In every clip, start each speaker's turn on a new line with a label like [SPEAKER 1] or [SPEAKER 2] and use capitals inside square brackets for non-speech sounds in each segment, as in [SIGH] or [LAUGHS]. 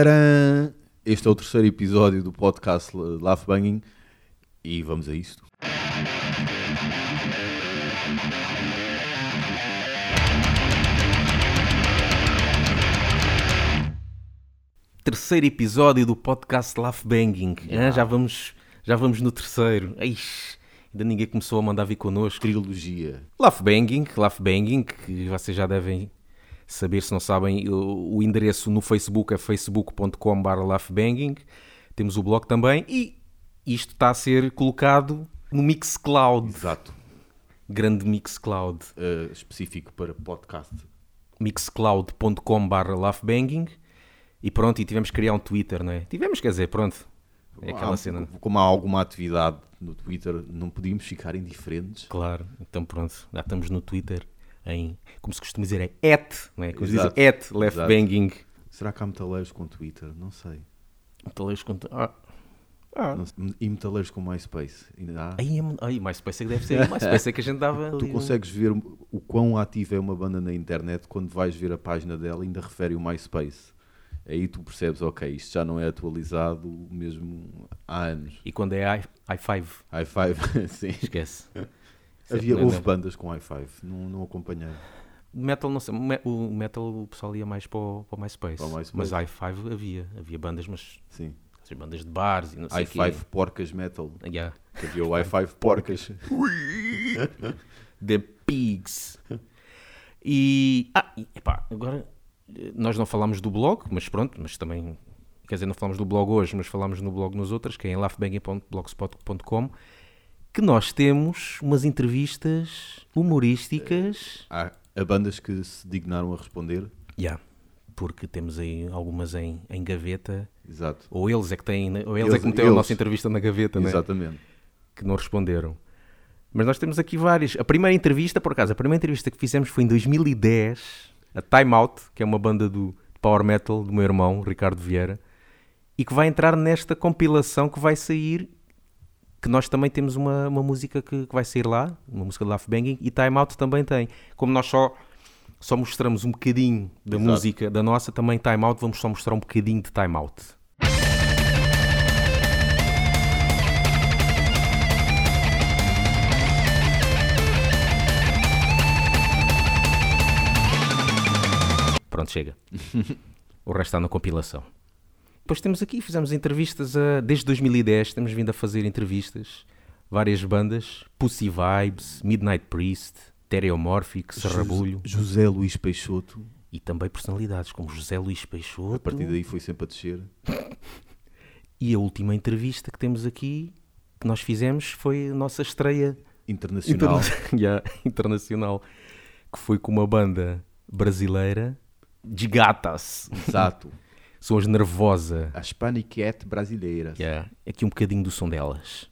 [SPEAKER 1] Tcharam! Este é o terceiro episódio do podcast Laugh Banging e vamos a isto.
[SPEAKER 2] Terceiro episódio do podcast Laugh Banging. hã? Já, vamos, já vamos no terceiro. Eish, ainda ninguém começou a mandar vir connosco.
[SPEAKER 1] Trilogia.
[SPEAKER 2] Laugh Banging, Laugh Banging, que vocês já devem saber, se não sabem, o, o endereço no Facebook é facebook.com.br laughbanging. Temos o blog também e isto está a ser colocado no Mixcloud,
[SPEAKER 1] Exato.
[SPEAKER 2] grande Mixcloud.
[SPEAKER 1] Eh, específico para podcast.
[SPEAKER 2] mixcloud.com.br laughbanging e pronto, e tivemos que criar um Twitter, não é? Tivemos, quer dizer, pronto. É aquela
[SPEAKER 1] Há-
[SPEAKER 2] cena.
[SPEAKER 1] Como há alguma atividade no Twitter, não podíamos ficar indiferentes.
[SPEAKER 2] Claro, então pronto, já estamos no Twitter em, como se costuma dizer, é at, não é? Como se
[SPEAKER 1] Exato,
[SPEAKER 2] diz, at laughbanging.
[SPEAKER 1] Será que há metaleiros com Twitter? Não sei.
[SPEAKER 2] Metaleiros com... Ah. Ah.
[SPEAKER 1] Não sei. E metaleiros com MySpace? Ainda há?
[SPEAKER 2] Aí, é- aí MySpace é que deve ser, MySpace é que a gente dava...
[SPEAKER 1] [LAUGHS]
[SPEAKER 2] ali
[SPEAKER 1] Tu
[SPEAKER 2] um-
[SPEAKER 1] consegues ver o quão ativa é uma banda na internet quando vais ver a página dela ainda refere o MySpace. Aí tu percebes, ok, isto já não é atualizado mesmo há anos.
[SPEAKER 2] E quando é i- i5,
[SPEAKER 1] i5, [LAUGHS] sim.
[SPEAKER 2] esquece. Isso é
[SPEAKER 1] Havia,
[SPEAKER 2] tremendo.
[SPEAKER 1] houve bandas com i5, não, não acompanhei.
[SPEAKER 2] Metal, não sei, me- o metal o pessoal ia mais para o, para o MySpace,
[SPEAKER 1] Para o MySpace.
[SPEAKER 2] mas i5 havia, havia bandas, mas
[SPEAKER 1] Sim.
[SPEAKER 2] essas bandas de bares e não sei o quê.
[SPEAKER 1] i5 porcas metal.
[SPEAKER 2] Yeah.
[SPEAKER 1] Que Havia o i5 porcas.
[SPEAKER 2] The Pigs. E. Ah, e, epá, agora. eh, Nós não falámos do blog, mas pronto, mas também. Quer dizer, não falámos do blog hoje, mas falámos no blog nos outras, que é em laughbanging.blogspot.com, que nós temos umas entrevistas humorísticas.
[SPEAKER 1] Há, há bandas que se dignaram a responder.
[SPEAKER 2] Eh, Yeah, porque temos aí algumas em, em gaveta.
[SPEAKER 1] Exato.
[SPEAKER 2] Ou eles é que têm, né? ou eles, é
[SPEAKER 1] Eles-
[SPEAKER 2] que meteram
[SPEAKER 1] eles.
[SPEAKER 2] a nossa entrevista na gaveta, né?
[SPEAKER 1] Exatamente.
[SPEAKER 2] que não responderam. Mas nós temos aqui várias. A primeira entrevista, por acaso, a primeira entrevista que fizemos foi em 2010, a Time Out, que é uma banda do Power Metal do meu irmão, Ricardo Vieira, e que vai entrar nesta compilação que vai sair, que nós também temos uma, uma música que, que vai sair lá, uma música de Laugh Banging, e Time Out também tem. Como nós só, só mostramos um bocadinho da
[SPEAKER 1] Exato.
[SPEAKER 2] música da nossa, também Time Out, vamos só mostrar um bocadinho de Time Out. Pronto, chega. o resto está na compilação. Depois temos aqui, fizemos entrevistas a- desde 2010, temos vindo a fazer entrevistas. Várias bandas, Pussy Vibes, Midnight Priest, Tereomórfico, Serrabulho
[SPEAKER 1] Jo- José Luís Peixoto.
[SPEAKER 2] e também personalidades como José Luís
[SPEAKER 1] A
[SPEAKER 2] Peixoto.
[SPEAKER 1] partir daí foi sempre a descer.
[SPEAKER 2] E a última entrevista que temos aqui, que nós fizemos, foi a nossa estreia
[SPEAKER 1] Internacional.
[SPEAKER 2] [LAUGHS] Interna- Yeah, internacional, que foi com uma banda brasileira de gatas.
[SPEAKER 1] Exato.
[SPEAKER 2] São as Nervosa.
[SPEAKER 1] A Spaniquete brasileira.
[SPEAKER 2] Yeah. Aqui um bocadinho do som delas.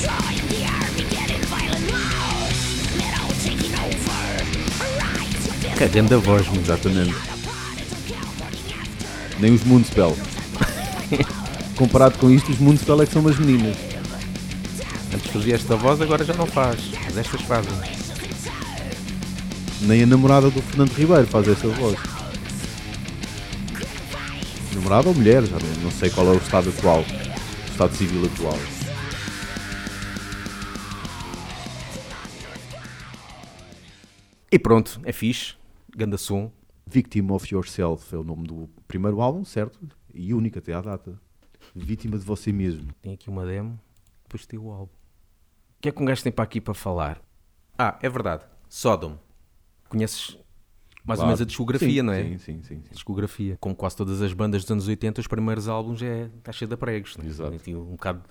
[SPEAKER 3] Drawing the army, getting violent now. Metal taking over. Right, fist
[SPEAKER 2] Cagando é a voz, mas
[SPEAKER 1] Exatamente.
[SPEAKER 3] upon it, don't care morning after.
[SPEAKER 1] Nem os Moonspell.
[SPEAKER 2] [LAUGHS]
[SPEAKER 1] Comparado com isto, os Moonspell é que são umas meninas.
[SPEAKER 2] antes fazia esta voz, agora já não faz. Mas estas fazem.
[SPEAKER 1] Nem a namorada do Fernando Ribeiro faz essa voz. Namorada ou mulher, já não, não sei qual é o estado atual. O estado civil atual.
[SPEAKER 2] E pronto, é fixe. Ganda som.
[SPEAKER 1] Victim of Yourself é o nome do primeiro álbum, certo? E único até à data. Vítima de você mesmo.
[SPEAKER 2] Tem aqui uma demo, depois tem o álbum. O que é que um gajo tem para aqui para falar? Ah, é verdade. Sodom. Conheces mais ou
[SPEAKER 1] Claro.
[SPEAKER 2] menos a discografia,
[SPEAKER 1] Sim,
[SPEAKER 2] não é?
[SPEAKER 1] Sim, sim, sim.
[SPEAKER 2] A
[SPEAKER 1] sim.
[SPEAKER 2] discografia. Como quase todas as bandas dos anos 80, os primeiros álbuns é está cheio de pregos. Né?
[SPEAKER 1] Exato.
[SPEAKER 2] Tinha Um bocado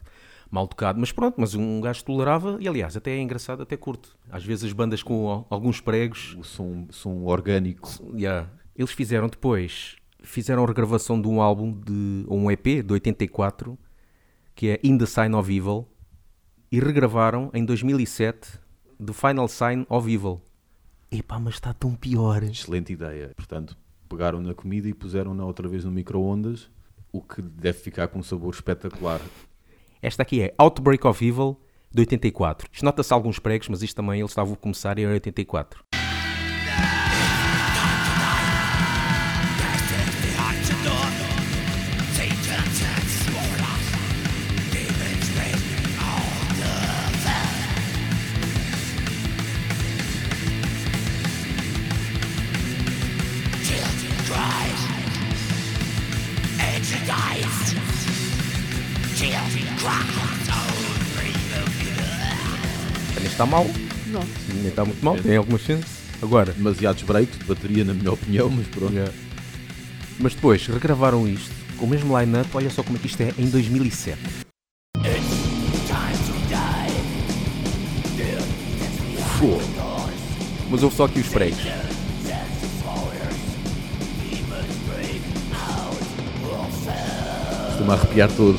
[SPEAKER 2] mal tocado, mas pronto, mas um gajo tolerava e aliás, até é engraçado, até curto. Às vezes as bandas com al- alguns pregos,
[SPEAKER 1] O som, som orgânico.
[SPEAKER 2] yeah. eles fizeram depois, fizeram a regravação de um álbum, de ou um EP de 84, que é In the Sign of Evil, e regravaram em 2007 The Final Sign of Evil. Epá, mas está tão pior.
[SPEAKER 1] Excelente ideia. Portanto, pegaram na comida e puseram-na outra vez no micro-ondas, o que deve ficar com um sabor espetacular.
[SPEAKER 2] Esta aqui é Outbreak of Evil de 84. Isto nota-se alguns pregos, mas isto também eles estavam a começar em 84. Também está mal. Não. Nem está muito mal, tem algumas chances. Agora,
[SPEAKER 1] Demasiados breaks de bateria, na minha [LAUGHS] opinião, mas pronto.
[SPEAKER 2] Mas depois regravaram isto com o mesmo line-up. Olha só como é que isto é em 2007. Fogo. Mas houve só aqui os pregos.
[SPEAKER 1] Estou-me a arrepiar todo.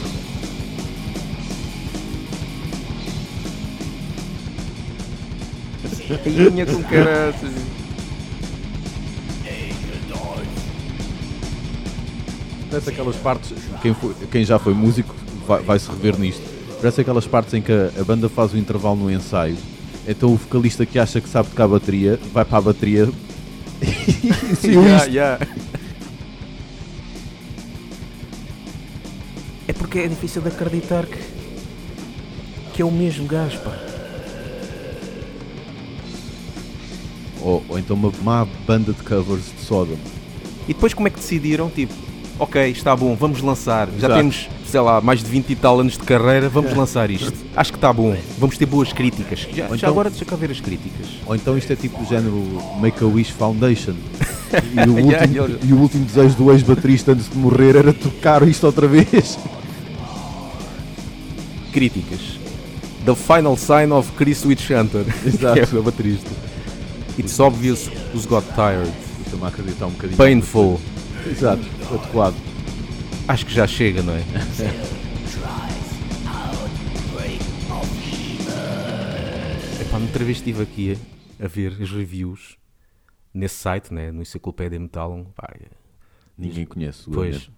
[SPEAKER 2] Rainha com [LAUGHS] caraças.
[SPEAKER 1] Parece aquelas partes. Quem, foi- quem já foi músico vai, vai se rever nisto. Parece aquelas partes em que a, a banda faz o intervalo no ensaio. Então o vocalista que acha que sabe tocar a bateria vai para a bateria.
[SPEAKER 2] É porque é difícil de acreditar que, que é o mesmo gajo, pá.
[SPEAKER 1] Ou, ou então uma má banda de covers de Sodom.
[SPEAKER 2] E depois como é que decidiram, tipo, ok, está bom, vamos lançar. Já
[SPEAKER 1] Exato.
[SPEAKER 2] temos, sei lá, mais de 20 e tal anos de carreira, vamos lançar isto. Acho que está bom, vamos ter boas críticas. É. Já, já
[SPEAKER 1] então-
[SPEAKER 2] agora deixa cá ver as críticas.
[SPEAKER 1] Ou então isto é tipo o género Make-A-Wish Foundation. E o, último,
[SPEAKER 2] Yeah, yeah.
[SPEAKER 1] e o último desejo do ex-baterista antes de morrer era tocar isto outra vez.
[SPEAKER 2] Críticas. The Final Sign of Chris Witch Hunter. [LAUGHS]
[SPEAKER 1] Exato.
[SPEAKER 2] é o baterista. It's obvious who's got tired.
[SPEAKER 1] Estou-me a acreditar um bocadinho.
[SPEAKER 2] Painful.
[SPEAKER 1] Exato, adequado.
[SPEAKER 2] Acho que já chega, não é? Epá, outra vez estive aqui a, a ver as reviews nesse site, né, no Enciclopédia Metal. Pá, é-
[SPEAKER 1] Ninguém conhece o
[SPEAKER 2] pois,
[SPEAKER 1] Ernest.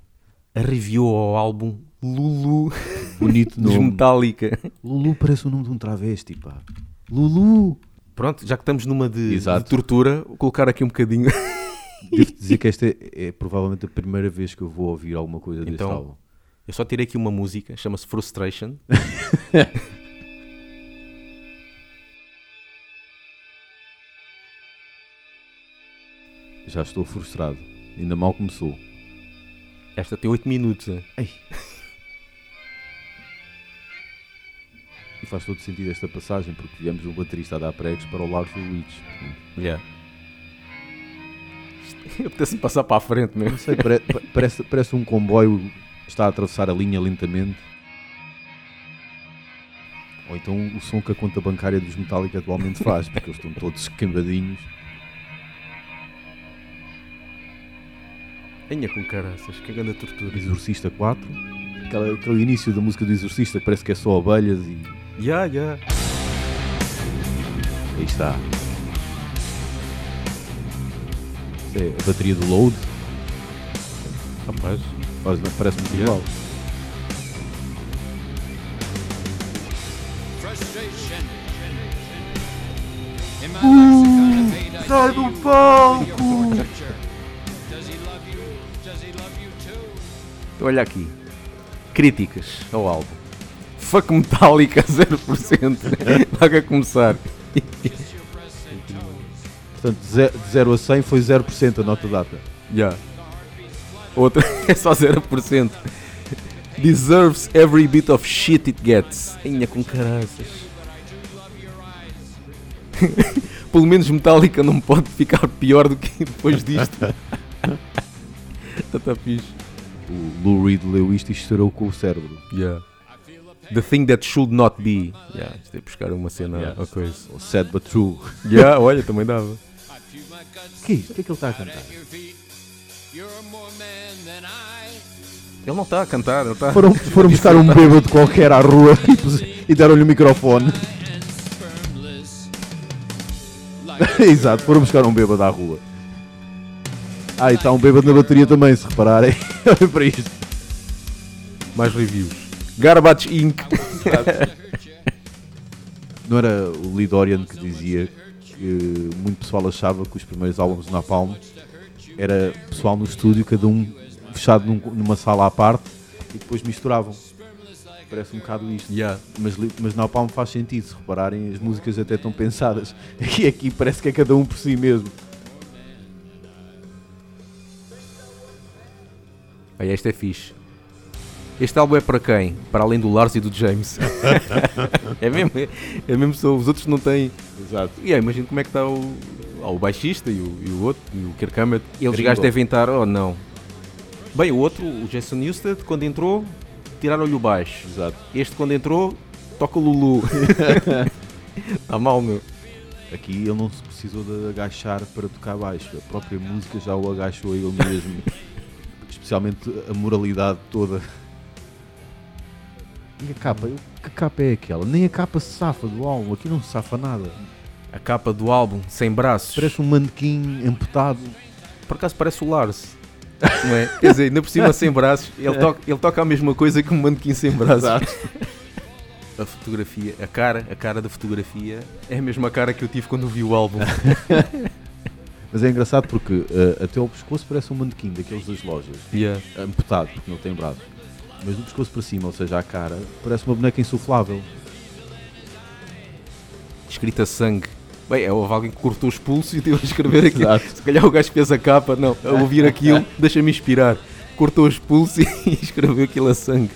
[SPEAKER 2] a review ao álbum [LAUGHS] Lulu
[SPEAKER 1] Bonito
[SPEAKER 2] dos
[SPEAKER 1] nome.
[SPEAKER 2] Metallica.
[SPEAKER 1] Lulu parece o nome de um travesti, pá. Lulu!
[SPEAKER 2] Pronto, já que estamos numa de, de
[SPEAKER 1] Exato.
[SPEAKER 2] tortura, vou colocar aqui um bocadinho. [LAUGHS]
[SPEAKER 1] Devo dizer que esta é, é provavelmente a primeira vez que eu vou ouvir alguma coisa deste
[SPEAKER 2] Então-
[SPEAKER 1] álbum.
[SPEAKER 2] Eu só tirei aqui uma música, chama-se Frustration.
[SPEAKER 1] Já estou frustrado. Ainda mal começou.
[SPEAKER 2] Esta tem 8 minutos. né?
[SPEAKER 1] Ai. E faz todo sentido esta passagem, porque tivemos um baterista a dar pregos para o Lars Ulrich.
[SPEAKER 2] [LAUGHS] Yeah. Apetece-me passar para a frente mesmo.
[SPEAKER 1] Não sei, pare- pa- parece, parece um comboio que está a atravessar a linha lentamente. Ou então o som que a conta bancária dos Metallica atualmente faz, porque eles estão todos queimadinhos.
[SPEAKER 2] Tenha com caraças, que grande tortura.
[SPEAKER 1] Exorcista 4. Aquela- aquele início da música do Exorcista que parece que é só abelhas e
[SPEAKER 2] Ya, ya.
[SPEAKER 1] aí está. É a bateria do Load
[SPEAKER 2] Rapaz.
[SPEAKER 1] faz- parece muito igual.
[SPEAKER 4] Frustration. In my lexicon of hate, I see you with your torture. Does he love you? Does he love you too?
[SPEAKER 2] Então olha aqui. Críticas ao álbum. Fuck Metallica [LAUGHS] 0%. Logo a começar.
[SPEAKER 1] Portanto, ze- de 0 a 100 foi 0% a nota data.
[SPEAKER 2] Ya. Outra [LAUGHS] é só 0%. Deserves every bit of shit it gets. Ainha com caraças. [LAUGHS] Pelo menos Metallica não pode ficar pior do que depois disto. [LAUGHS] Está fixe.
[SPEAKER 1] O Lou Reed leu isto e estourou com o cérebro.
[SPEAKER 2] Yeah. The thing that should not be. Yeah, isto é buscar uma cena
[SPEAKER 1] Yeah.
[SPEAKER 2] ou coisa.
[SPEAKER 1] O Sad But True. [LAUGHS]
[SPEAKER 2] Yeah, olha, também dava.
[SPEAKER 4] I feel my guts
[SPEAKER 1] Que é isto? O que é que ele está a cantar?
[SPEAKER 4] at your feet. You're more man than I.
[SPEAKER 2] Ele não está a cantar, ele tá- está.
[SPEAKER 1] Foram, foram buscar um bêbado qualquer à rua e pus- e, deram-lhe o microfone. [LAUGHS]
[SPEAKER 4] I am spermless. Like
[SPEAKER 1] Exato, foram buscar um bêbado à rua. Ah, e está um bêbado na bateria também, se repararem. [LAUGHS] Olhem para isto.
[SPEAKER 2] Mais reviews. Garbage Inc.
[SPEAKER 4] I wanna hurt you.
[SPEAKER 1] não era o Lidorian que dizia que muito pessoal achava que os primeiros álbuns do Napalm era pessoal no estúdio, cada um fechado num- numa sala à parte e depois misturavam. Parece um bocado isto.
[SPEAKER 2] Yeah.
[SPEAKER 1] Mas, li- mas Napalm faz sentido, se repararem, as músicas até estão pensadas. [LAUGHS] Aqui, aqui parece que é cada um por si mesmo.
[SPEAKER 2] Olha, este é fixe. Este álbum é para quem? Para além do Lars e do [LAUGHS] James. é mesmo, é mesmo só, os outros não têm.
[SPEAKER 1] Exato.
[SPEAKER 2] E aí, imagino como é que está o, ah, o baixista e o, e o outro, e o Kirk Hammett. Eles
[SPEAKER 1] Gringo.
[SPEAKER 2] gajos devem estar, oh não. Bem, o outro, o Jason Newsted, quando entrou, tiraram-lhe o baixo.
[SPEAKER 1] Exato.
[SPEAKER 2] Este, quando entrou, toca o [LAUGHS] Lulu. Está mal, meu.
[SPEAKER 1] Aqui ele não se precisou de agachar para tocar baixo. A própria música já o agachou a ele [LAUGHS] mesmo. Especialmente a moralidade toda. E a capa? Que capa é aquela? Nem a capa se safa do álbum. Aqui não se safa nada.
[SPEAKER 2] A capa do álbum, sem braços.
[SPEAKER 1] Parece um manequim amputado.
[SPEAKER 2] Por acaso parece o Lars. Não é? Quer dizer, ainda por cima sem braços, ele, toca, ele toca a mesma coisa que um manequim sem braços. A fotografia, a cara, a cara da fotografia é a mesma cara que eu tive quando vi o [LAUGHS] álbum.
[SPEAKER 1] Mas é engraçado porque eh, até ao pescoço parece um manequim daqueles das lojas.
[SPEAKER 2] Yeah.
[SPEAKER 1] Amputado, porque não tem braços. Mas do pescoço para cima, ou seja, a cara, parece uma boneca insuflável.
[SPEAKER 2] Escrita sangue. Bem, é, houve alguém que cortou os pulsos e teve a escrever aquilo.
[SPEAKER 1] Exato.
[SPEAKER 2] Se calhar o gajo que fez a capa, não, a ouvir aquilo, deixa-me inspirar. Cortou os pulsos [LAUGHS] e escreveu aquilo a sangue.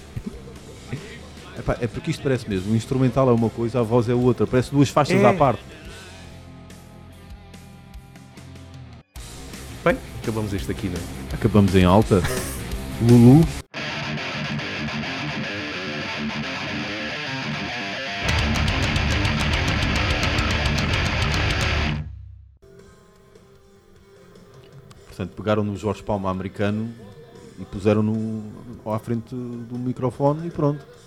[SPEAKER 1] Epá, é porque isto parece mesmo, o instrumental é uma coisa, a voz é outra, parece duas faixas
[SPEAKER 2] É.
[SPEAKER 1] à parte.
[SPEAKER 2] Bem, acabamos este aqui, não é?
[SPEAKER 1] Acabamos em alta. Lulu. Portanto, pegaram no Jorge Palma americano e puseram no à frente do microfone e pronto.